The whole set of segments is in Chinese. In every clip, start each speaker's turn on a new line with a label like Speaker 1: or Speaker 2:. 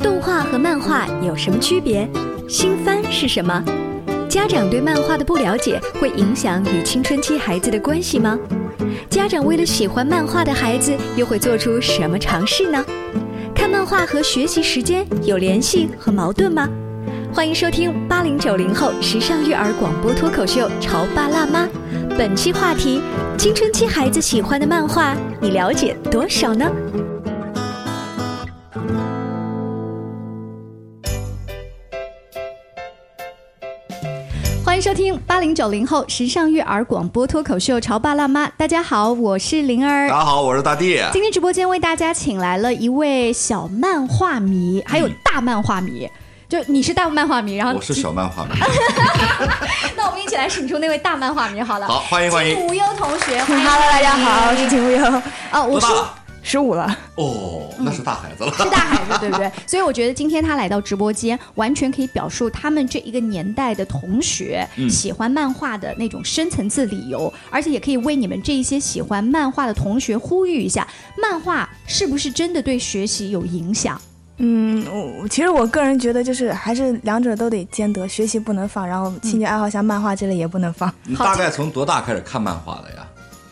Speaker 1: 动画和漫画有什么区别？新番是什么？家长对漫画的不了解会影响与青春期孩子的关系吗？家长为了喜欢漫画的孩子又会做出什么尝试呢？看漫画和学习时间有联系和矛盾吗？欢迎收听八零九零后时尚育儿广播脱口秀《潮爸辣妈》，本期话题：青春期孩子喜欢的漫画，你了解多少呢？
Speaker 2: 欢迎收听八零九零后时尚育儿广播脱口秀《潮爸辣妈》。大家好，我是灵儿。
Speaker 3: 大家好，我是大地。
Speaker 2: 今天直播间为大家请来了一位小漫画迷，还有大漫画迷。就你是大漫画迷，然后
Speaker 3: 我是小漫画迷。
Speaker 2: 那我们一起来数出那位大漫画迷好了。
Speaker 3: 好，欢迎欢迎。
Speaker 2: 无忧同学，欢迎
Speaker 4: Hello，大家好，我是秦无忧，
Speaker 2: 啊，
Speaker 3: 多
Speaker 2: 我是嗯
Speaker 3: 大了？
Speaker 4: 十五了。
Speaker 3: 哦，那是大孩子了。
Speaker 2: 是大孩子，对不对？所以我觉得今天他来到直播间，完全可以表述他们这一个年代的同学
Speaker 3: 嗯
Speaker 2: 喜欢漫画的那种深层次理由，而且也可以为你们这一些喜欢漫画的同学呼吁一下，漫画是不是真的对学习有影响？
Speaker 4: 嗯，我其实我个人觉得，就是还是两者都得兼得，学习不能放，然后兴趣爱好像漫画之类也不能放。
Speaker 3: 你
Speaker 2: 好
Speaker 3: 大概从多大开始看漫画的呀？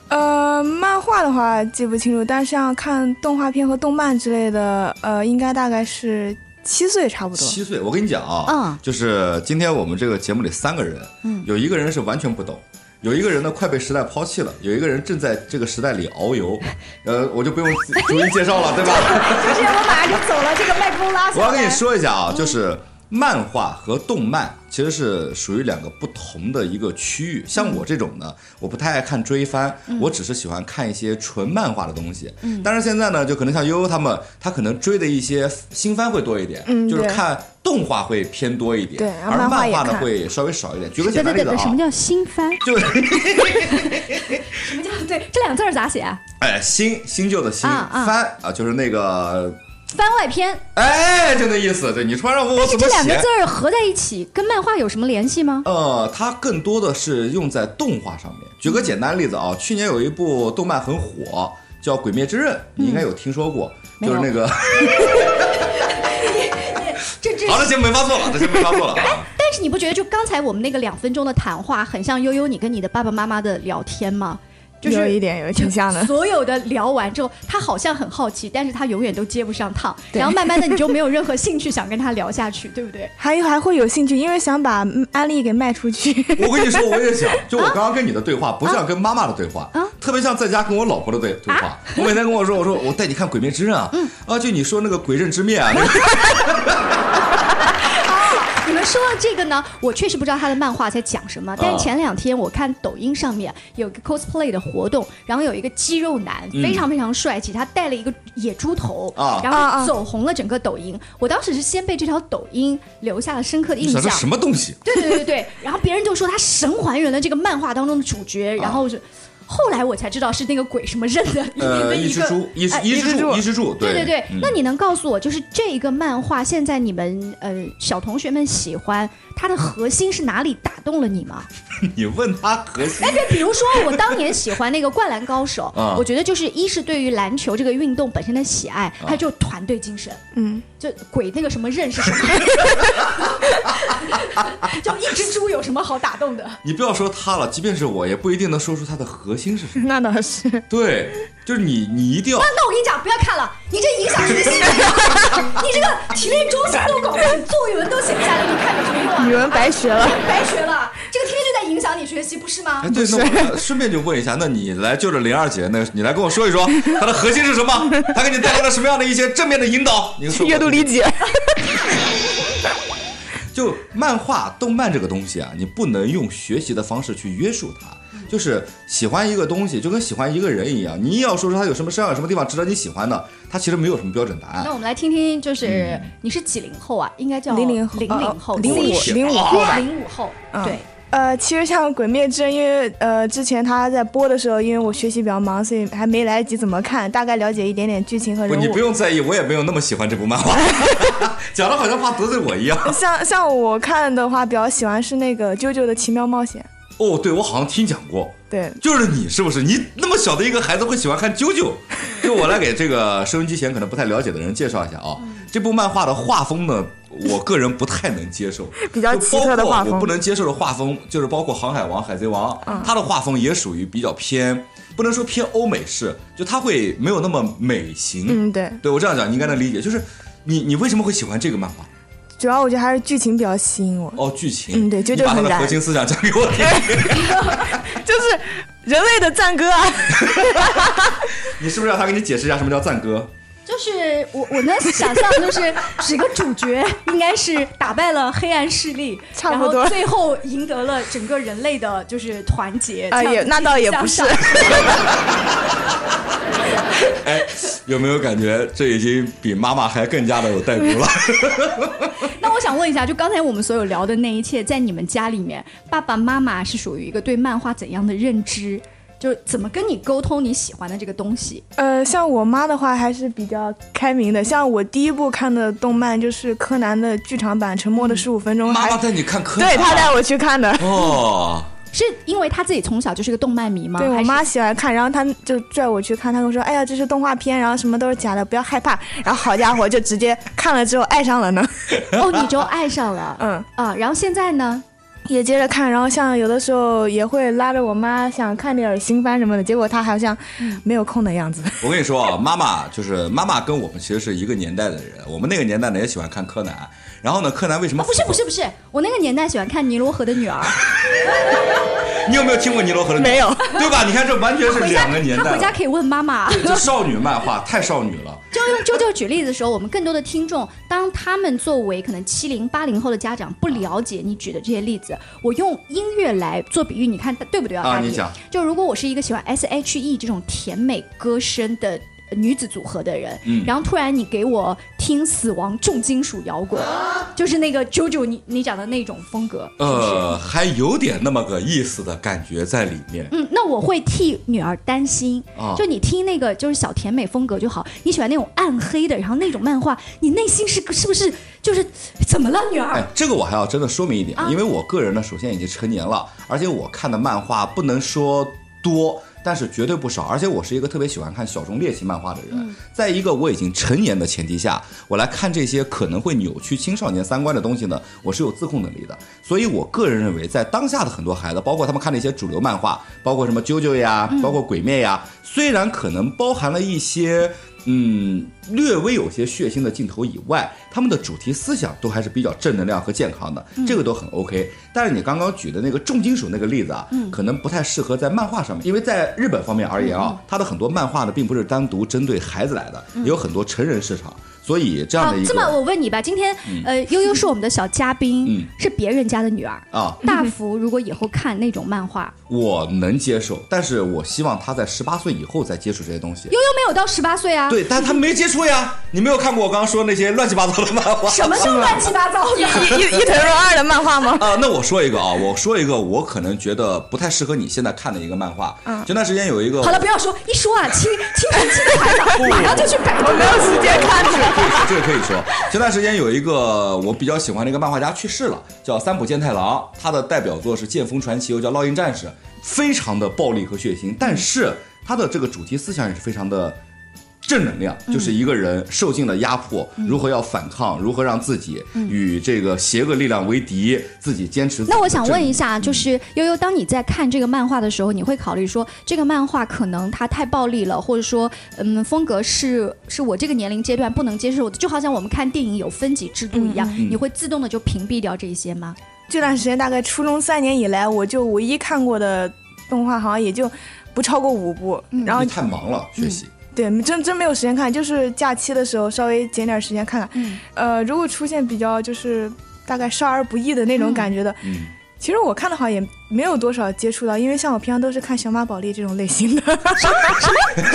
Speaker 4: 呃，漫画的话记不清楚，但是像看动画片和动漫之类的，呃，应该大概是七岁差不多。
Speaker 3: 七岁。我跟你讲啊，
Speaker 2: 嗯
Speaker 3: 就是今天我们这个节目里三个人，
Speaker 2: 嗯
Speaker 3: 有一个人是完全不懂。有一个人呢，快被时代抛弃了；有一个人正在这个时代里遨游，呃，我就不用逐一介绍了，对吧？
Speaker 2: 就是我马上就走了，这个麦克风拉
Speaker 3: 我要跟你说一下啊，
Speaker 2: 嗯
Speaker 3: 就是漫画和动漫其实是属于两个不同的一个区域。像我这种呢，我不太爱看追番，
Speaker 2: 嗯
Speaker 3: 我只是喜欢看一些纯漫画的东西。但是现在呢，就可能像悠悠他们，他可能追的一些新番会多一点，
Speaker 4: 嗯
Speaker 3: 就是
Speaker 4: 对
Speaker 3: 看动画会偏多一点，
Speaker 4: 对
Speaker 3: 而
Speaker 4: 然后漫画也
Speaker 3: 漫呢
Speaker 4: 看
Speaker 3: 会稍微少一点。举个
Speaker 2: 对
Speaker 3: 简
Speaker 2: 对
Speaker 3: 单
Speaker 2: 对
Speaker 3: 例子
Speaker 2: 对，
Speaker 3: 啊，
Speaker 2: 什么叫新番？
Speaker 3: 就是
Speaker 2: 什么叫对？这两个字儿咋写啊？
Speaker 3: 哎新新旧的新、
Speaker 2: 啊啊
Speaker 3: 番啊，就是那个
Speaker 2: 番外篇。
Speaker 3: 哎，就那意思。对你突然让我我
Speaker 2: 但是
Speaker 3: 怎
Speaker 2: 哎这
Speaker 3: 么
Speaker 2: 两个
Speaker 3: 写
Speaker 2: 字？儿合在一起，跟漫画有什么联系吗？
Speaker 3: 呃，它更多的是用在动画上面。举
Speaker 2: 嗯
Speaker 3: 个简单例子啊，去年有一部动漫很火，叫《鬼灭之刃》，你应该有听说过，
Speaker 2: 嗯没
Speaker 3: 就
Speaker 2: 有
Speaker 3: 是那个。
Speaker 2: 这这
Speaker 3: 好了，节目没法做了，这节目没法做了啊。
Speaker 2: 但是你不觉得就刚才我们那个两分钟的谈话，很像悠悠你跟你的爸爸妈妈的聊天吗？就是
Speaker 4: 有一点有挺像的，
Speaker 2: 所有的聊完之后，他好像很好奇，但是他永远都接不上趟，然后慢慢的你就没有任何兴趣想跟他聊下去，对不 对？
Speaker 4: 还有还会有兴趣，因为想把嗯安利给卖出去。
Speaker 3: 我跟你说，我也想，就我刚刚跟你的对话，不像跟妈妈的对
Speaker 2: 啊
Speaker 3: 话，特别像在家跟我老婆的对对话。我每天跟我说，我说我带你看《鬼灭之刃》啊，啊，就你说那个《鬼刃之灭》啊，那个
Speaker 2: 你们说到这个呢，我确实不知道他的漫画在讲什么，但
Speaker 4: 哦
Speaker 2: 是前两天我看抖音上面有一个 cosplay 的活动，然后有一个肌肉男
Speaker 3: 嗯
Speaker 2: 非常非常帅气，他戴了一个野猪头，
Speaker 3: 啊
Speaker 2: 然
Speaker 4: 啊
Speaker 2: 后
Speaker 4: 啊
Speaker 2: 走红了整个抖音。我当时是先被这条抖音留下了深刻的印
Speaker 3: 你想这
Speaker 2: 象，
Speaker 3: 什么东 西？
Speaker 2: 对对对对，然后别人就说他神还原了这个漫画当中的主角，
Speaker 3: 啊
Speaker 2: 然后就后来我才知道是那个鬼什么刃的里面
Speaker 3: 呃，
Speaker 2: 的
Speaker 3: 一
Speaker 2: 一
Speaker 3: 只
Speaker 2: 个。
Speaker 3: 猪，一只
Speaker 2: 哎
Speaker 3: 一只
Speaker 4: 一只
Speaker 3: 柱，
Speaker 4: 柱
Speaker 3: 一只柱，
Speaker 2: 对
Speaker 3: 对
Speaker 2: 对对，
Speaker 3: 嗯
Speaker 2: 那你能告诉我，就是这个漫画现在你们呃小同学们喜欢它的核心是哪里打动了 你吗？
Speaker 3: 你问他核心
Speaker 2: 哎，对，比如说我当年喜欢那个《灌篮高手》
Speaker 3: 啊
Speaker 2: 我觉得就是一是对于篮球这个运动本身的喜爱，
Speaker 3: 啊
Speaker 2: 还有就是团队精神。
Speaker 4: 嗯，
Speaker 2: 就鬼那个什么刃是 什么？ 就一只猪有什么好打动的？
Speaker 3: 你不要说他了，即便是我，也不一定能说出他的核心 是什么。
Speaker 4: 那倒是。
Speaker 3: 对，就是你，你一定 要。
Speaker 2: 那我跟你讲，不要看了，你这影响学习， 你这个体育中心都搞不定，作语文都写不下来，你看有什么用啊？
Speaker 4: 语文白学了。
Speaker 2: 白学了，这个天天就在影响你学习，不是吗
Speaker 3: 哎，？对，那我呃顺便就问一下，那你来就着灵儿姐，那你来跟我说一 说，她的核心是什么？她给你带来了什么样的一些正面的引导？你说
Speaker 4: 阅读理解，
Speaker 3: 就漫画、动漫这个东西啊，你不能用学习的方式去约束它。就是喜欢一个东西，就跟喜欢一个人一样，你硬要说说他有什么身上有什么地方值得你喜欢的，他其实没有什么标准答
Speaker 2: 那
Speaker 3: 案。
Speaker 2: 我们来听听，就是你是几零后啊？应该叫
Speaker 4: 零哦零后
Speaker 2: 零零后，
Speaker 4: 哦零
Speaker 3: 五
Speaker 2: C 时代
Speaker 3: 零五
Speaker 4: 后吧
Speaker 2: 零五后，
Speaker 4: 嗯
Speaker 2: 对，
Speaker 4: 呃，其实像《鬼灭之刃》，因为呃之前他在播的时候，因为我学习比较忙，所以还没来得及怎么看，大概了解一点点剧情和
Speaker 3: 不，
Speaker 4: 人
Speaker 3: 你不
Speaker 4: 物。
Speaker 3: 用在意，我也没有那么喜欢这部漫 画，讲的好像怕得罪我一样。
Speaker 4: 像像我看的话，比较喜欢是那个《啾啾的奇妙冒险》
Speaker 3: 哦，对，我好像听讲过，
Speaker 4: 对，
Speaker 3: 就是你是不是？你那么小的一个孩子会喜欢看啾啾？就我来给这个收音机前可能不太了解的人介绍一下啊，
Speaker 5: 嗯
Speaker 3: 这部漫画的画风呢，我个人不太能接受，
Speaker 5: 比较
Speaker 3: 就
Speaker 5: 奇特的
Speaker 3: 包括
Speaker 5: 画风嗯
Speaker 3: 我不能接受的画风就是包括《航海王》《海贼王》它的画风也属于比较偏，不能说偏欧美式，就它会没有那么美型。
Speaker 4: 嗯，对，
Speaker 3: 对我这样讲，你应该能理解，就是你你为什么会喜欢这个漫画？
Speaker 4: 主要我觉得还是剧情比较吸引我，
Speaker 3: 哦，剧情，
Speaker 4: 嗯对就
Speaker 3: 你
Speaker 4: 就
Speaker 3: 把它
Speaker 4: 很
Speaker 3: 的
Speaker 4: 燃
Speaker 3: 核心思想讲给我听。
Speaker 5: 就是人类的赞歌啊！
Speaker 3: 你是不是让他给你解释一下什么叫赞歌？
Speaker 2: 就是我我能想象，就是几个主角应该是打败了黑暗势力，
Speaker 4: 差不多
Speaker 2: 然后最后赢得了整个人类的就是团结
Speaker 4: 哎
Speaker 5: 啊
Speaker 2: 这样
Speaker 5: 也
Speaker 2: 子
Speaker 5: 那倒也不
Speaker 2: 向上
Speaker 3: 哎，有没有感觉这已经比妈妈还更加的有代入了？
Speaker 2: 那我想问一下，就刚才我们所有聊的那一切，在你们家里面，爸爸妈妈是属于一个对漫画怎样的认知？就是怎么跟你沟通你喜欢的这个东西？
Speaker 4: 呃，像我妈的话还是比较开明的。像我第一部看的动漫就是柯南的剧场版《沉默的十五分钟》
Speaker 3: 妈
Speaker 4: 还，
Speaker 3: 妈带你看柯南，
Speaker 4: 对她带我去看的。
Speaker 3: 哦，
Speaker 2: 是因为他自己从小就是个动漫迷吗？
Speaker 4: 对我
Speaker 2: 啊还是
Speaker 4: 妈喜欢看，然后她就拽我去看，她跟我说：“哎呀，这是动画片，然后什么都是假的，不要害怕。”然后好家伙，就直接看了之后爱上了呢。
Speaker 2: 哦，你 就爱上了，
Speaker 4: 嗯，
Speaker 2: 啊，然后现在呢？
Speaker 4: 也接着看，然后像有的时候也会拉着我妈想看点儿新番什么的，结果她好像没有空的样子。
Speaker 3: 我跟你说啊，妈妈就是妈妈跟我们其实是一个年代的人，我们那个年代呢也喜欢看柯南。然后呢，柯南为什么、
Speaker 2: 啊，不是不是，不是，我那个年代喜欢看《尼罗河的 女儿》，
Speaker 3: 你有没有听过尼罗河的？
Speaker 4: 没有，
Speaker 3: 对吧？你看这完全是
Speaker 2: 回家
Speaker 3: 两个年
Speaker 2: 他
Speaker 3: 代
Speaker 2: 回家
Speaker 3: 了。
Speaker 2: 可以问妈妈。
Speaker 3: 这少女漫画太少女了，
Speaker 2: 就用啾啾举例子的时候，我们更多的听众，当他们作为可能七零八零后的家长不了解你举的这些例子，我用音乐来做比喻，你看对不对啊？
Speaker 3: 啊
Speaker 2: 大力
Speaker 3: 你讲，
Speaker 2: 就如果我是一个喜欢 S H E 这种甜美歌声的。呃女子组合的人，
Speaker 3: 嗯
Speaker 2: 然后突然你给我听死亡重金属摇滚，就是那个 JoJo 你你讲的那种风格，是不是？
Speaker 3: 呃，还有点那么个意思的感觉在里面。
Speaker 2: 嗯，那我会替女儿担心。
Speaker 3: 啊
Speaker 2: 就你听那个就是小甜美风格就好，你喜欢那种暗黑的，然后那种漫画，你内心是是不是就是怎么了，女儿？
Speaker 3: 哎，这个我还要真的说明一点
Speaker 2: 啊，
Speaker 3: 因为我个人呢，首先已经成年了，而且我看的漫画不能说多，但是绝对不少，而且我是一个特别喜欢看小众猎奇漫画的人。在一个我已经成年的前提下，我来看这些可能会扭曲青少年三观的东西呢，我是有自控能力的。所以我个人认为，在当下的很多孩子，包括他们看的一些主流漫画，包括什么啾啾呀，包括鬼灭呀，虽然可能包含了一些。嗯，略微有些血腥的镜头以外，他们的主题思想都还是比较正能量和健康的，
Speaker 2: 嗯
Speaker 3: 这个都很 OK。但是你刚刚举的那个重金属那个例子啊，
Speaker 2: 嗯
Speaker 3: 可能不太适合在漫画上面，因为在日本方面而言
Speaker 2: 嗯
Speaker 3: 啊，它的很多漫画呢，并不是单独针对孩子来的，也有很多成人市场，所以这样
Speaker 2: 好
Speaker 3: 的一，
Speaker 2: 嗯啊这么
Speaker 3: 个
Speaker 2: 我问你吧，今天呃，悠悠是我们的小嘉宾，
Speaker 3: 嗯
Speaker 2: 是别人家的女儿。
Speaker 3: 啊，
Speaker 2: 大福如果以后看那种漫画，
Speaker 3: 我能接受，但是我希望他在十八岁以后再接触这些东西
Speaker 2: 悠。悠没有到十八岁啊，
Speaker 3: 对，但他没接触呀，你没有看过我刚刚说的那些乱七八糟的漫画？
Speaker 2: 什么叫乱七八糟的？
Speaker 5: 伊伊藤润二的漫画吗？
Speaker 3: 啊，那我说一个啊，我说一个，我可能觉得不太适合你现在看的一个漫画。前段时间有一个，
Speaker 2: 嗯好了，不要说，一说啊，青青春期的孩 子
Speaker 3: 不
Speaker 2: 马上就去百度，没有时间看
Speaker 3: 这个可以说，这个可以说。前段时间有一个我比较喜欢的一个漫画家去世了，叫三浦健太郎，他的代表作是《剑锋传奇》，又叫《烙印战士》，非常的暴力和血腥，
Speaker 2: 嗯
Speaker 3: 但是他的这个主题思想也是非常的。正能量
Speaker 2: 嗯
Speaker 3: 就是一个人受尽了压迫，如何要反抗，如何让自己与这个邪恶力量为敌，自己坚持自己的正义。
Speaker 2: 嗯那我想问一下，就是悠悠，当你在看这个漫画的时候，你会考虑说这个漫画可能它太暴力了，或者说，嗯，风格是是我这个年龄阶段不能接受的，就好像我们看电影有分级制度一样，你会自动的就屏蔽掉这一些吗？
Speaker 4: 这段时间大概初中三年以来，我就唯一看过的动画好像也就不超过五部，然后
Speaker 2: 哦
Speaker 3: 你太忙了，
Speaker 2: 嗯
Speaker 3: 学习。
Speaker 4: 对，真真没有时间看，就是假期的时候稍微捡点时间看看。
Speaker 2: 嗯
Speaker 4: 呃，如果出现比较就是大概少儿不宜的那种感觉的，
Speaker 3: 嗯
Speaker 4: 其实我看的好像也没有多少接触到，因为像我平常都是看小马宝莉这种类型的。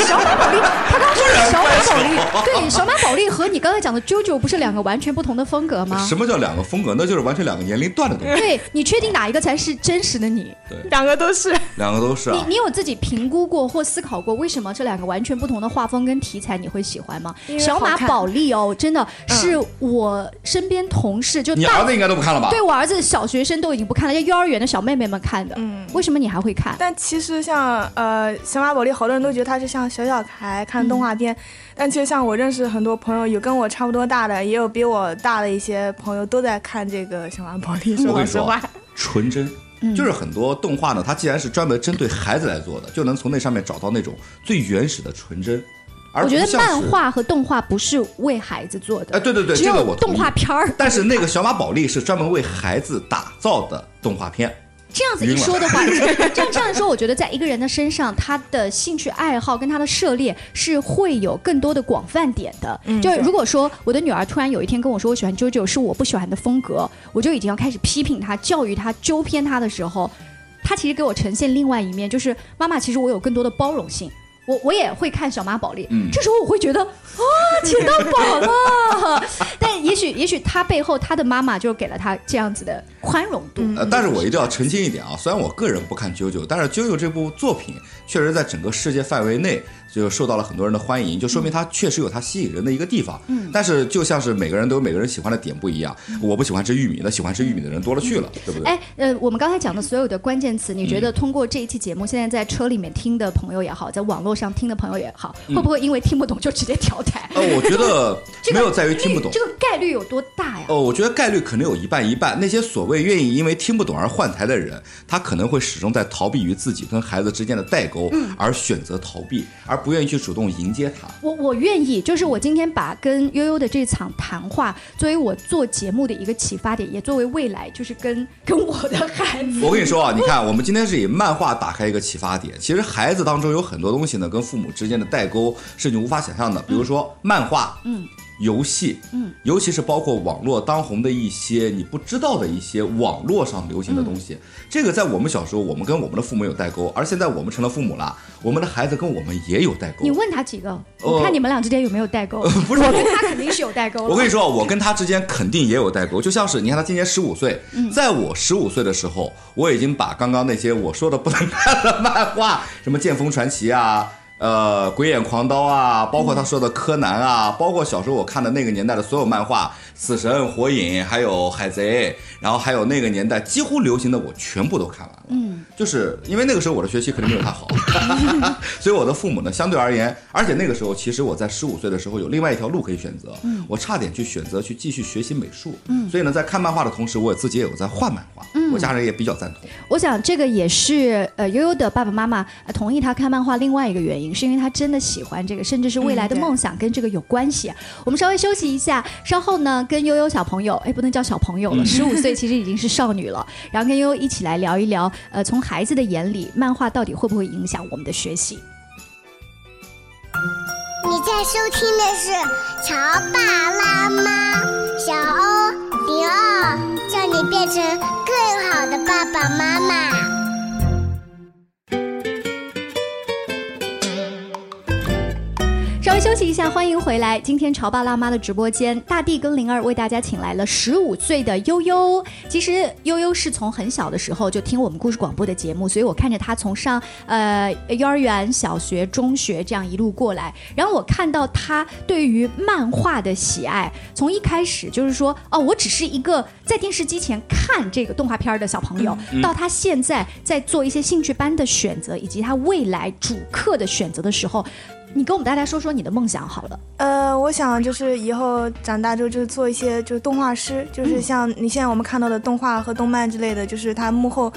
Speaker 2: 小马宝莉，他刚说的 小马宝莉，对，小马宝莉和你刚才讲的 JoJo 不是两个完全不同的风格吗嗯
Speaker 3: 什？么叫两个风格？那就是完全两个年龄段的 东西。
Speaker 2: 对你确定哪一个才是真实的你？
Speaker 4: 两个都是，
Speaker 3: 两个都是
Speaker 2: 你
Speaker 3: 啊。
Speaker 2: 你有自己评估过或思考过为什么这两个完全不同的画风跟题材你会喜欢吗
Speaker 4: 因？为
Speaker 2: 小马
Speaker 4: 好看
Speaker 2: 宝莉哦，真的
Speaker 3: 嗯
Speaker 2: 是我身边同事就
Speaker 3: 你
Speaker 2: 大
Speaker 3: 儿子应该都不看了吧？
Speaker 2: 对我儿子小学生都已经不看了，要幼儿园的小妹妹们看的。
Speaker 4: 嗯，
Speaker 2: 为什么你还会看？
Speaker 4: 但其实像呃《小马宝莉》，好多人都觉得它是像小小孩看动画片，但其实像我认识很多朋友，有跟我差不多大的，也有比我大的一些朋友都在看这个《小马宝莉》。
Speaker 3: 我
Speaker 4: 说
Speaker 3: 跟
Speaker 4: 老
Speaker 3: 你
Speaker 4: 实
Speaker 3: 说
Speaker 4: 话
Speaker 3: 啊，，纯真。
Speaker 2: 嗯
Speaker 3: 就是很多动画呢，它既然是专门针对孩子来做的，就能从那上面找到那种最原始的纯真。而
Speaker 2: 我觉
Speaker 3: 不
Speaker 2: 得
Speaker 3: 像是
Speaker 2: 漫，画和动画不是为孩子做的，
Speaker 3: 哎，对对对，
Speaker 2: 只
Speaker 3: 这个
Speaker 2: 有
Speaker 3: 我同
Speaker 2: 动
Speaker 3: 意
Speaker 2: 画片儿。
Speaker 3: 但是那个小马宝莉是专门为孩子打造的动画片，
Speaker 2: 这样子一说的话， 这样这样说，我觉得在一个人的身上，他的兴趣爱好跟他的涉猎是会有更多的广泛点的。就是如果说我的女儿突然有一天跟我说我喜欢 JoJo 是我不喜欢的风格，我就已经要开始批评她、教育她、纠偏她的时候，她其实给我呈现另外一面，就是妈妈，其实我有更多的包容性。我我也会看小马宝莉，
Speaker 3: 嗯
Speaker 2: 这时候我会觉得啊，捡到宝了。啊 但也许也许她背后她的妈妈就给了她这样子的宽容度。
Speaker 3: 呃，但是我一定要澄清一点啊，虽然我个人不看《啾啾》，但是《啾啾》这部作品确实在整个世界范围内就受到了很多人的欢迎，就说
Speaker 2: 嗯
Speaker 3: 明它确实有它吸引人的一个地方。嗯，但是就像是每个人都有每个人喜欢的点不一样，我不喜欢吃玉米，那喜欢吃玉米的人多了去了，对不对？嗯
Speaker 2: 嗯哎，呃，我们刚才讲的所有的关键词，你觉得通过这一期节目，现在在车里面听的朋友也好，在网络上听的朋友也好，
Speaker 3: 嗯
Speaker 2: 会不会因为听不懂就直接调台？
Speaker 3: 呃，我觉得
Speaker 2: 这个
Speaker 3: 没有在于听不懂
Speaker 2: 这，个概率有多大呀？
Speaker 3: 哦，我觉得概率可能有一半一半。那些所谓愿意因为听不懂而换台的人，他可能会始终在逃避于自己跟孩子之间的代沟，
Speaker 2: 嗯
Speaker 3: 而选择逃避，而不愿意去主动迎接他。
Speaker 2: 我我愿意，就是我今天把跟悠悠的这场谈话，作为我做节目的一个启发点，也作为未来就是跟 跟我的孩子，
Speaker 3: 我跟你说啊，你看，我们今天是以漫画打开一个启发点。其实孩子当中有很多东西呢，跟父母之间的代沟是你无法想象的，比如说漫画，嗯。游戏，嗯，尤其是包括网络当红的一些你不知道的一些网络上流行的东西，这个在我们小时候，我们跟我们的父母有代沟，而现在我们成了父母了，我们的孩子跟我们也有代沟。
Speaker 2: 你问他几个，
Speaker 3: 哦
Speaker 2: 我看你们俩之间有没有代沟？
Speaker 3: 不是
Speaker 2: 我
Speaker 3: 我
Speaker 2: 跟他肯定是有代沟了。
Speaker 3: 我跟你说，我跟他之间肯定也有代沟，就像是你看他今年十五岁，在我十五岁的时候，我已经把刚刚那些我说的不能看的漫画， 什么《剑锋传奇》啊。呃，鬼眼狂刀啊，包括他说的柯南啊，包括小时候我看的那个年代的所有漫画，死神、火影，还有海贼，然后还有那个年代几乎流行的，我全部都看完了。嗯，就是因为那个时候我的学习肯定没有他好，所以我的父母呢，相对而言，而且那个时候，其实我在十五岁的时候有另外一条路可以选择，
Speaker 2: 嗯
Speaker 3: 我差点去选择去继续学习美术，所以呢，在看漫画的同时，我也自己也有在画漫画，
Speaker 2: 嗯
Speaker 3: 我家人也比较赞同，
Speaker 2: 我想这个也是呃悠悠的爸爸妈妈、呃同意他看漫画另外一个原因，是因为他真的喜欢这个，甚至是未来的
Speaker 4: 嗯对
Speaker 2: 梦想跟这个有关系。啊我们稍微休息一下，稍后呢跟悠悠小朋友，哎不能叫小朋友了，十五岁其实已经是少女了，然后跟悠悠一起来聊一聊，呃从孩子的眼里，漫画到底会不会影响我们的学习？
Speaker 6: 你在收听的是《潮爸辣妈》，小欧零二，叫你变成更好的爸爸妈妈。
Speaker 2: 稍微休息一下，欢迎回来。今天潮爸辣妈的直播间，大地跟灵儿为大家请来了十五岁的悠悠。其实悠悠是从很小的时候就听我们故事广播的节目，所以我看着她从上呃幼儿园、小学、中学这样一路过来，然后我看到她对于漫画的喜爱，从一开始就是说哦，我只是一个在电视机前看这个动画片儿的小朋友，到她现在在做一些兴趣班的选择，以及她未来主课的选择的时候。你跟我们大家说说你的梦想好了。
Speaker 4: 呃，我想就是以后长大之后，就是做一些就是动画师，就是像你现在我们看到的动画和动漫之类的，就是它幕后，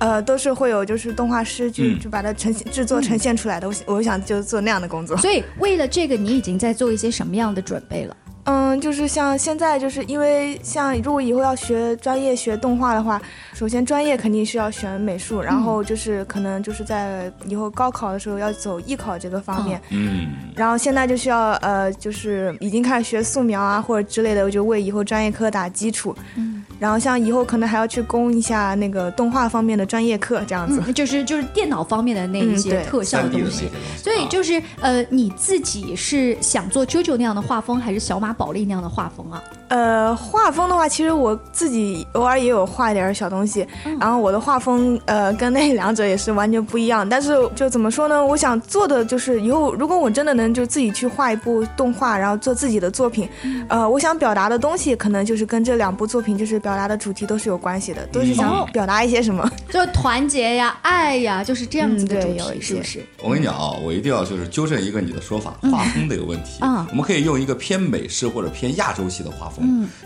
Speaker 4: 呃，都是会有就是动画师去、
Speaker 3: 嗯
Speaker 4: 就把它呈现制作呈现出来的。我想我想就是做那样的工作。
Speaker 2: 所以为了这个，你已经在做一些什么样的准备了？
Speaker 4: 嗯，就是像现在，就是因为像如果以后要学专业学动画的话，首先专业肯定是要选美术，然后就是可能就是在以后高考的时候要走艺考这个方面，
Speaker 3: 嗯，
Speaker 4: 然后现在就需要呃，就是已经开始学素描啊或者之类的，就为以后专业课打基础。嗯，然后像以后可能还要去攻一下那个动画方面的专业课这样子。
Speaker 2: 嗯，就是就是电脑方面的那一
Speaker 4: 嗯
Speaker 2: 些
Speaker 4: 对
Speaker 2: 特效
Speaker 3: 三 D 的
Speaker 2: 东
Speaker 3: 那些
Speaker 2: 西。
Speaker 3: 东西，
Speaker 2: 所以就是、呃，你自己是想做 JoJo 那样的画风，还是小马宝莉那样的画风啊？
Speaker 4: 呃，画风的话，其实我自己偶尔也有画一点儿小东西，然后我的画风呃跟那两者也是完全不一样。但是就怎么说呢？我想做的就是以后如果我真的能就自己去画一部动画，然后做自己的作品，呃，我想表达的东西可能就是跟这两部作品就是表达的主题都是有关系的，都是想表达一些什么。
Speaker 2: 就是团结呀、爱呀，就是这样子的
Speaker 4: 嗯
Speaker 2: 主
Speaker 4: 对有
Speaker 2: 题，
Speaker 4: 一
Speaker 2: 是不
Speaker 4: 些
Speaker 2: 是？
Speaker 3: 我跟你讲啊，我一定要就是纠正一个你的说法，画风的一个问题。
Speaker 2: 嗯
Speaker 3: 我们可以用一个偏美式或者偏亚洲系的画风。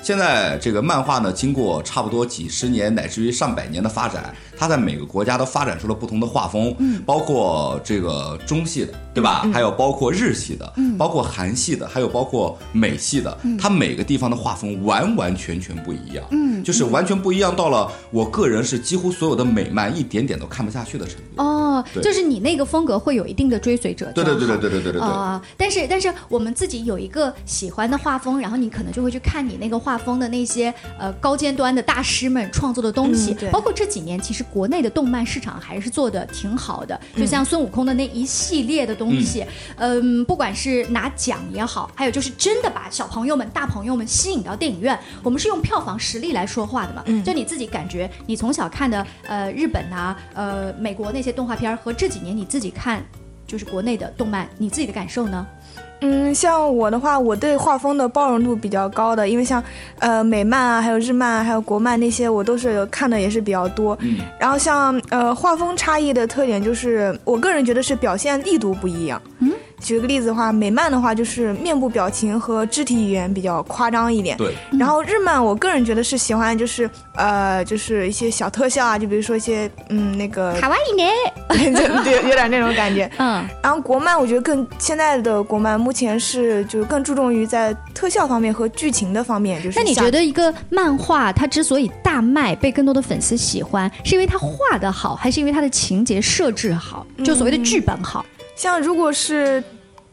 Speaker 3: 现在这个漫画呢，经过差不多几十年乃至于上百年的发展，它在每个国家都发展出了不同的画风，包括这个中系的，对吧？还有包括日系的，包括韩系的，还有包括美系的，它每个地方的画风完完全全不一样。嗯，就是完全不一样到了我个人是几乎所有的美漫一点点都看不下去的程度。
Speaker 2: 哦，
Speaker 3: 对
Speaker 2: 就是你那个风格会有一定的追随者，
Speaker 3: 对对
Speaker 2: 这
Speaker 3: 对
Speaker 2: 样好
Speaker 3: 对对对对对对。
Speaker 2: 啊、但是但是我们自己有一个喜欢的画风，然后你可能就会去看你那个画风的那些呃高尖端的大师们创作的东西
Speaker 4: 嗯，对
Speaker 2: 包括这几年其实国内的动漫市场还是做的挺好的，就像孙悟空的那一系列的东西，嗯、不管是拿奖也好，还有就是真的把小朋友们、大朋友们吸引到电影院，我们是用票房实力来说话的嘛，就你自己感觉你从小看的呃日本呐、呃美国那些动画片儿和这几年你自己看。就是国内的动漫，你自己的感受呢？
Speaker 4: 嗯，像我的话，我对画风的包容度比较高的，因为像呃美漫啊，还有日漫啊，还有国漫那些，我都是看的也是比较多。
Speaker 3: 嗯
Speaker 4: 然后像呃画风差异的特点就是，我个人觉得是表现力度不一样。嗯，举个例子的话，美漫的话就是面部表情和肢体语言比较夸张一点。
Speaker 3: 对，
Speaker 4: 然后日漫，我个人觉得是喜欢就是呃就是一些小特效啊，就比如说一些嗯那个，
Speaker 2: 卡哇伊呢？
Speaker 4: 就有有点那种感觉。
Speaker 2: 嗯，
Speaker 4: 然后国漫，我觉得更现在的国漫目前是就是更注重于在特效方面和剧情的方面，就是
Speaker 2: 那你
Speaker 4: 像
Speaker 2: 觉得一个漫画它之所以大卖，被更多的粉丝喜欢，是因为它画的好，还是因为它的情节设置好，就所谓的剧本好？
Speaker 4: 像如果是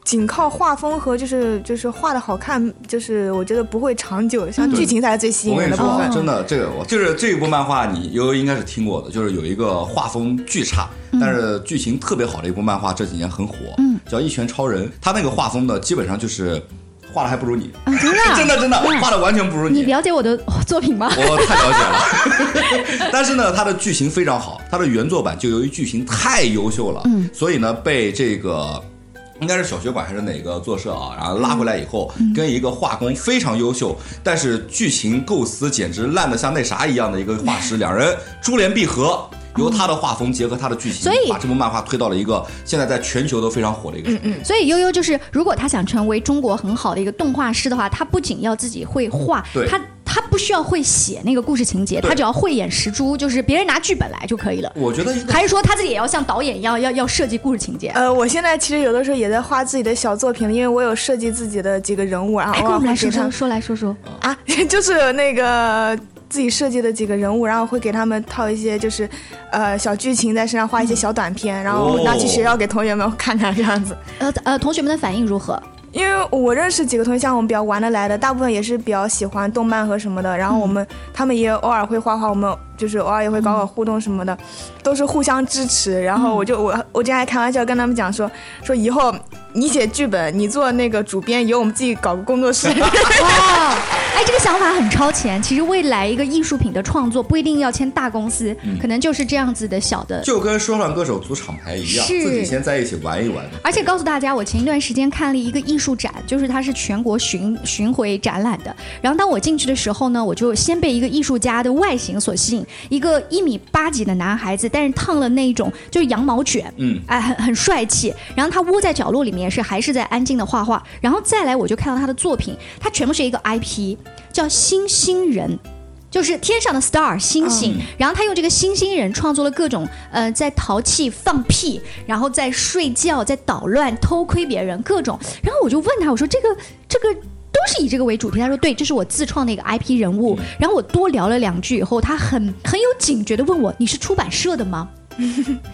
Speaker 4: 仅靠画风和就是就是画的好看，就是我觉得不会长久，像
Speaker 3: 对
Speaker 4: 剧情才是最吸
Speaker 3: 我跟
Speaker 4: 引人
Speaker 3: 你
Speaker 4: 的哦
Speaker 3: 说
Speaker 4: 部
Speaker 3: 啊，
Speaker 4: 分。
Speaker 3: 真的，这个我就是这一部漫画，你悠悠应该是听过的，就是有一个画风巨差，但是剧情特别好的一部漫画，这几年很火，叫《一拳超人》，他那个画风呢，基本上就是画的还不如你，
Speaker 2: 啊， 真的啊
Speaker 3: 真的真的画的完全不如
Speaker 2: 你了解我的哦作品吗？
Speaker 3: 我太了解了， 但是呢，它的剧情非常好，它的原作版就由于剧情太优秀了，嗯，所以呢被这个。应该是小学馆还是哪个作社啊？然后拉回来以后，
Speaker 2: 嗯
Speaker 3: 跟一个画工非常优秀，但是剧情构思简直烂得像那啥一样的一个画 师，两人珠联璧合，由他的画风结合他的剧情，
Speaker 2: 所以
Speaker 3: 把这部漫画推到了一个现在在全球都非常火的一个程度。
Speaker 2: 所以悠悠就是，如果他想成为中国很好的一个动画师的话，他不仅要自己会画
Speaker 3: 对，
Speaker 2: 他他不需要会写那个故事情节，
Speaker 3: 对
Speaker 2: 他只要慧眼识珠，就是别人拿剧本来就可以了。
Speaker 3: 我觉得一个
Speaker 2: 还是说他自己也要像导演一样，要要设计故事情节？
Speaker 4: 呃，我现在其实有的时候也在画自己的小作品，因为我有设计自己的几个人物，然
Speaker 2: 哎，
Speaker 4: 后
Speaker 2: 跟我们来
Speaker 4: 会
Speaker 2: 说
Speaker 4: 给他
Speaker 2: 说，说来说说。
Speaker 4: 啊， 就是那个自己设计的几个人物，然后会给他们套一些就是，呃，小剧情在身上画一些小短片，然后拿去学校给同学们看看这样子。
Speaker 2: 呃呃，同学们的反应如何？
Speaker 4: 因为我认识几个同学，像我们比较玩得来的，大部分也是比较喜欢动漫和什么的。然后我们、他们也偶尔会画画，我们就是偶尔也会搞搞互动什么的，都是互相支持。然后我就我我之前还开玩笑跟他们讲说 说以后你写剧本，你做那个主编，以后我们自己搞个工 作室。
Speaker 2: 哇，哎，这个想法很超前。其实未来一个艺术品的创作不一定要签大公司，可能就是这样子的小的。
Speaker 3: 嗯就跟说唱歌手组厂牌一样，
Speaker 2: 是
Speaker 3: 自己先在一起玩一玩。
Speaker 2: 而且告诉大家，我前一段时间看了一个艺术展，就是它是全国巡巡回展览的。然后当我进去的时候呢，我就先被一个艺术家的外形所吸引，一个一米八几的男孩子，但是烫了那一种就是羊毛卷，
Speaker 3: 嗯，
Speaker 2: 哎，很很帅气。然后他窝在角落里面是还是在安静的画画。然后再来我就看到他的作品，他全部是一个 IP，叫星星人。就是天上的 star 星星，然后他用这个星星人创作了各种呃，在淘气、放屁，然后在睡觉、在捣乱、偷窥别人各种。然后我就问他，我说这个这个都是以这个为主题。他说对，这是我自创的一个 IP 人物。然后我多聊了两句以后，他很很有警觉的问我，你是出版社的吗？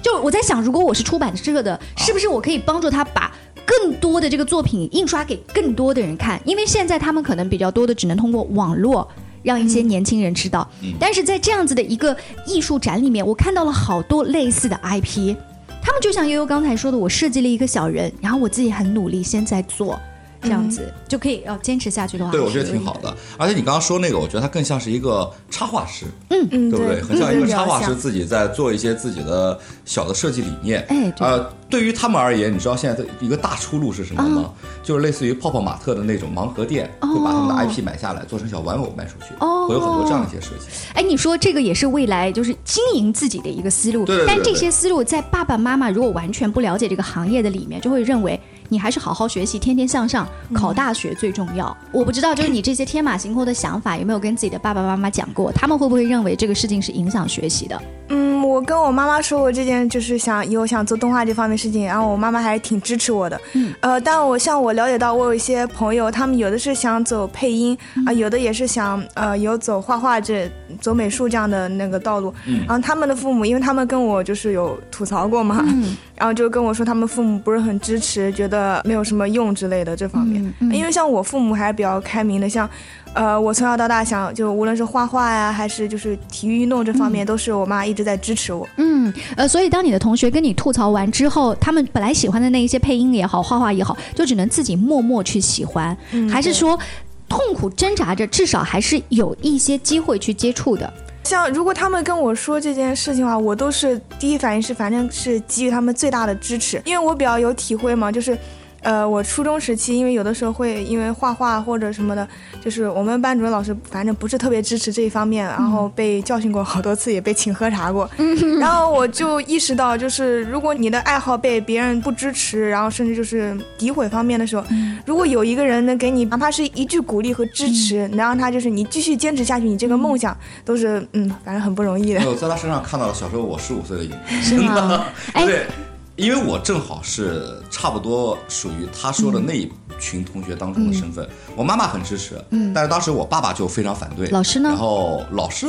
Speaker 2: 就我在想，如果我是出版社的，
Speaker 3: 啊
Speaker 2: 是不是我可以帮助他把更多的这个作品印刷给更多的人看？因为现在他们可能比较多的只能通过网络。让一些年轻人知道，
Speaker 3: 嗯
Speaker 2: 但是在这样子的一个艺术展里面，我看到了好多类似
Speaker 3: 嗯
Speaker 2: 的 IP，他们就像悠悠刚才说的，我设计了一个小人，然后我自己很努力，先在做，这样子就可以要坚持下去的话，
Speaker 3: 嗯对，
Speaker 2: 还
Speaker 3: 我觉得
Speaker 2: 是
Speaker 3: 挺
Speaker 2: 有
Speaker 3: 好
Speaker 2: 你
Speaker 3: 的。而且你刚刚说那个，我觉得它更像是一个插画师，
Speaker 4: 嗯，
Speaker 3: 对不对？很像
Speaker 4: 嗯
Speaker 3: 一个
Speaker 4: 比较
Speaker 3: 插画师
Speaker 4: 像
Speaker 3: 自己在做一些自己的小的设计理念。
Speaker 2: 哎对
Speaker 3: 呃，对于他们而言，你知道现在的一个大出路是什么吗？
Speaker 4: 嗯
Speaker 3: 就是类似于泡泡玛特的那种盲盒店，会把他
Speaker 4: 哦
Speaker 3: 们的 IP 买下来，做成小玩偶卖出去，
Speaker 2: 哦
Speaker 3: 会有很多这样一些设计。
Speaker 2: 哎，你说这个也是未来就是经营自己的一个思路，
Speaker 3: 对对对
Speaker 2: 但
Speaker 3: 对
Speaker 2: 这些思路在爸爸妈妈如果完全不了解这个行业的里面，就会认为你还是好好学习，天天向上，考
Speaker 3: 嗯
Speaker 2: 大学最重要。我不知道，就是你这些天马行空的想法有没有跟自己的爸爸妈妈讲过？他们会不会认为这个事情是影响学习的？
Speaker 4: 嗯，我跟我妈妈说过这件，就是想以后想做动画这方面事情，然后我妈妈还是挺支持我的。
Speaker 2: 嗯，
Speaker 4: 呃，但我像我了解到，我有一些朋友，他们有的是想走配音
Speaker 2: 嗯
Speaker 4: 啊、有的也是想呃有走画画这走美术这样的那个道路。
Speaker 3: 嗯
Speaker 4: 然后他们的父母，因为他们跟我就是有吐槽过嘛，
Speaker 2: 嗯
Speaker 4: 然后就跟我说他们父母不是很支持，觉得没有什么用之类的这方面。
Speaker 2: 嗯嗯
Speaker 4: 因为像我父母还比较开明的，像，呃，我从小到大想就无论是画画呀，还是就是体育运动这方面，都是我妈一直在支持我。
Speaker 2: 嗯，呃，所以当你的同学跟你吐槽完之后，他们本来喜欢的那一些配音也好，画画也好，就只能自己默默去喜欢，
Speaker 3: 嗯
Speaker 2: 还是说痛苦挣扎着，至少还是有一些机会去接触的。
Speaker 4: 像如果他们跟我说这件事情的话，我都是第一反应是反正是给予他们最大的支持，因为我比较有体会嘛，就是。呃，我初中时期，因为有的时候会因为画画或者什么的，就是我们班主任老师反正不是特别支持这一方面，然后被教训过好多次，也被请喝茶过。然后我就意识到，就是如果你的爱好被别人不支持，然后甚至就是诋毁方面的时候，如果有一个人能给你哪怕是一句鼓励和支持，能让他就是你继续坚持下去，你这个梦想都是嗯，反正很不容易的
Speaker 3: 没。有在他身上看到了小时候我十五岁的影子，
Speaker 2: 是 吗？哎，
Speaker 3: 对，因为我正好是差不多属于他说的那一群同学当
Speaker 2: 嗯
Speaker 3: 中的身份。我妈妈很支持，但是当时我爸爸就非常反对。
Speaker 2: 老师呢
Speaker 3: 然后老师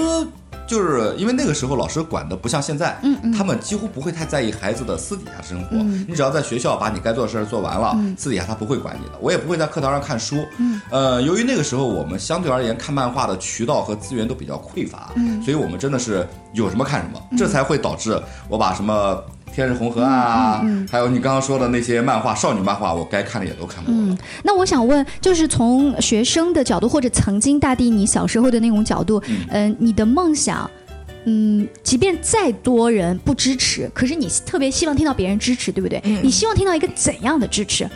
Speaker 3: 就是因为那个时候老师管的不像现在，他们几乎不会太在意孩子的私底下生活。你只要在学校把你该做的事儿做完了，私底下他不会管你的。我也不会在课堂上看书。呃，由于那个时候我们相对而言看漫画的渠道和资源都比较匮乏，所以我们真的是有什么看什么，这才会导致我把什么。天日红河啊，还有你刚刚说的那些漫画，少女漫画，我该看的也都看过了。
Speaker 2: 那我想问，就是从学生的角度，或者曾经大地你小时候的那种角度，嗯、你的梦想。嗯，即便再多人不支持，可是你特别希望听到别人支持，对不对？
Speaker 3: 嗯
Speaker 2: 你希望听到一个怎样的支持？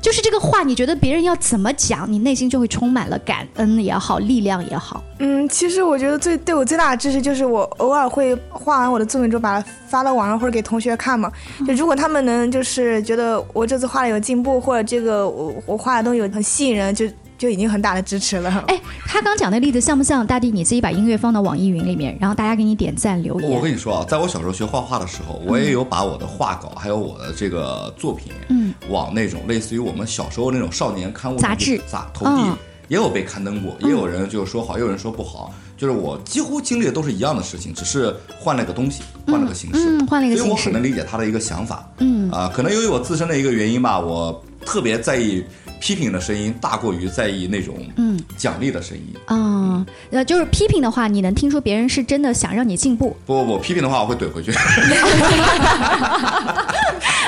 Speaker 2: 就是这个话，你觉得别人要怎么讲，你内心就会充满了感恩也好，力量也好。
Speaker 4: 嗯，其实我觉得最对我最大的支持就是我偶尔会画完我的作品之后，把它发到网上或者给同学看嘛。就如果他们能就是觉得我这次画的有进步，或者这个我我画的东西有很吸引人，就就已经很大的支持了。
Speaker 2: 哎，他刚讲的例子像不像大地？你自己把音乐放到网易云里面，然后大家给你点赞留
Speaker 3: 我
Speaker 2: 言。
Speaker 3: 跟你说啊，在我小时候学画画的时候，我也有把我的画稿还有我的这个作品，
Speaker 2: 嗯，
Speaker 3: 往那种类似于我们小时候那种少年刊物
Speaker 2: 杂志
Speaker 3: 杂投递
Speaker 2: 嗯，
Speaker 3: 也有被刊登过，也有人就说好，也有人说不好，就是我几乎经历的都是一样的事情，只是换了个东西，换了个形式，
Speaker 2: 嗯，换了一个
Speaker 3: 所以
Speaker 2: 形
Speaker 3: 我很
Speaker 2: 式。
Speaker 3: 能理解他的一个想法，
Speaker 2: 嗯
Speaker 3: 啊、可能由于我自身的一个原因吧，我特别在意批评的声音大过于在意那种
Speaker 2: 嗯
Speaker 3: 奖励的声音。
Speaker 2: 啊，呃，就是批评的话，你能听出别人是真的想让你进步。
Speaker 3: 不不不，批评的话我会怼回去。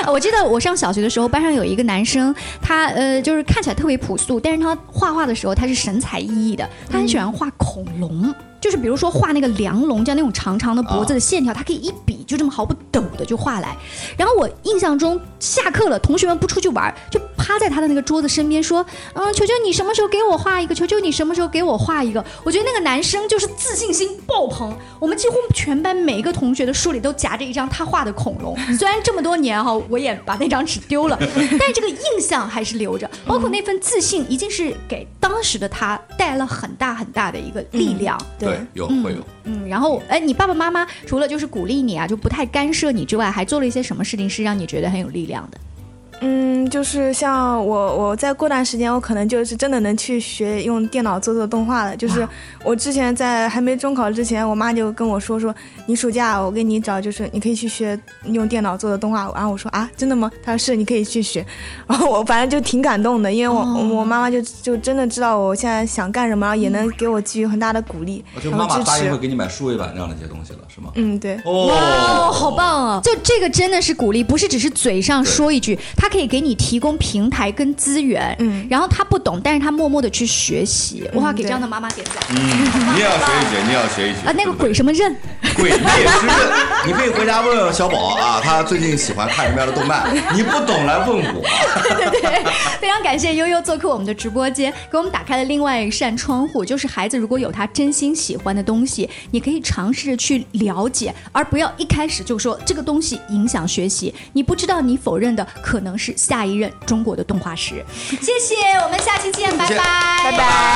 Speaker 2: 呃我记得我上小学的时候，班上有一个男生，他呃就是看起来特别朴素，但是他画画的时候他是神采奕奕的，他很喜欢画恐龙。就是比如说画那个梁龙，像那种长长的脖子的线条，他可以一笔就这么毫不抖的就画来。然后我印象中下课了，同学们不出去玩，就趴在他的那个桌子身边说：“嗯，求求你什么时候给我画一个？求求你什么时候给我画一个？”我觉得那个男生就是自信心爆棚，我们几乎全班每一个同学的书里都夹着一张他画的恐龙。虽然这么多年哈、我也把那张纸丢了，但这个印象还是留着，包括那份自信，一定是给当时的他带了很大很大的一个力量。
Speaker 3: 对，有
Speaker 2: 嗯
Speaker 3: 会有。
Speaker 2: 嗯，然后哎，你爸爸妈妈除了就是鼓励你啊，就不太干涉你之外，还做了一些什么事情是让你觉得很有力量的？
Speaker 4: 嗯，就是像我，我再过段时间，我可能就是真的能去学用电脑做做动画了。就是我之前在还没中考之前，我妈就跟我说说，你暑假我给你找，就是你可以去学用电脑做的动画。然后我说啊，真的吗？她说是，你可以去学。然后我反正就挺感动的，因为我、我妈妈就就真的知道我现在想干什么，然后也能给我给予很大的鼓励
Speaker 3: 啊，就
Speaker 4: 然
Speaker 3: 妈
Speaker 4: 后
Speaker 3: 妈
Speaker 4: 支
Speaker 3: 答应会
Speaker 4: 持。
Speaker 3: 给你买数位板这样的一些东西了，是吗？
Speaker 4: 嗯，对。
Speaker 3: 哦
Speaker 2: 哦哇，好！棒啊！就这个真的是鼓励，不是只是嘴上说一句，他可以给你提供平台跟资源，
Speaker 4: 嗯
Speaker 2: 然后他不懂，但是他默默的去学习，哇，
Speaker 4: 嗯
Speaker 2: 给这
Speaker 4: 对
Speaker 2: 样的妈妈点赞。
Speaker 3: 嗯，你也要学一学，你也要学一学
Speaker 2: 啊，那个鬼
Speaker 3: 是
Speaker 2: 什么刃，
Speaker 3: 鬼灭之刃，你可以回家问问小宝啊，他最近喜欢看什么样的动漫？你不懂来问我。
Speaker 2: 非常感谢悠悠做客我们的直播间，给我们打开了另外一扇窗户，就是孩子如果有他真心喜欢的东西，你可以尝试着去了解，而不要一开始就说这个东西影响学习。你不知道，你否认的可能是下一任中国的动画师。谢谢，我们下期见，拜
Speaker 3: 谢谢
Speaker 2: 拜，
Speaker 4: 拜拜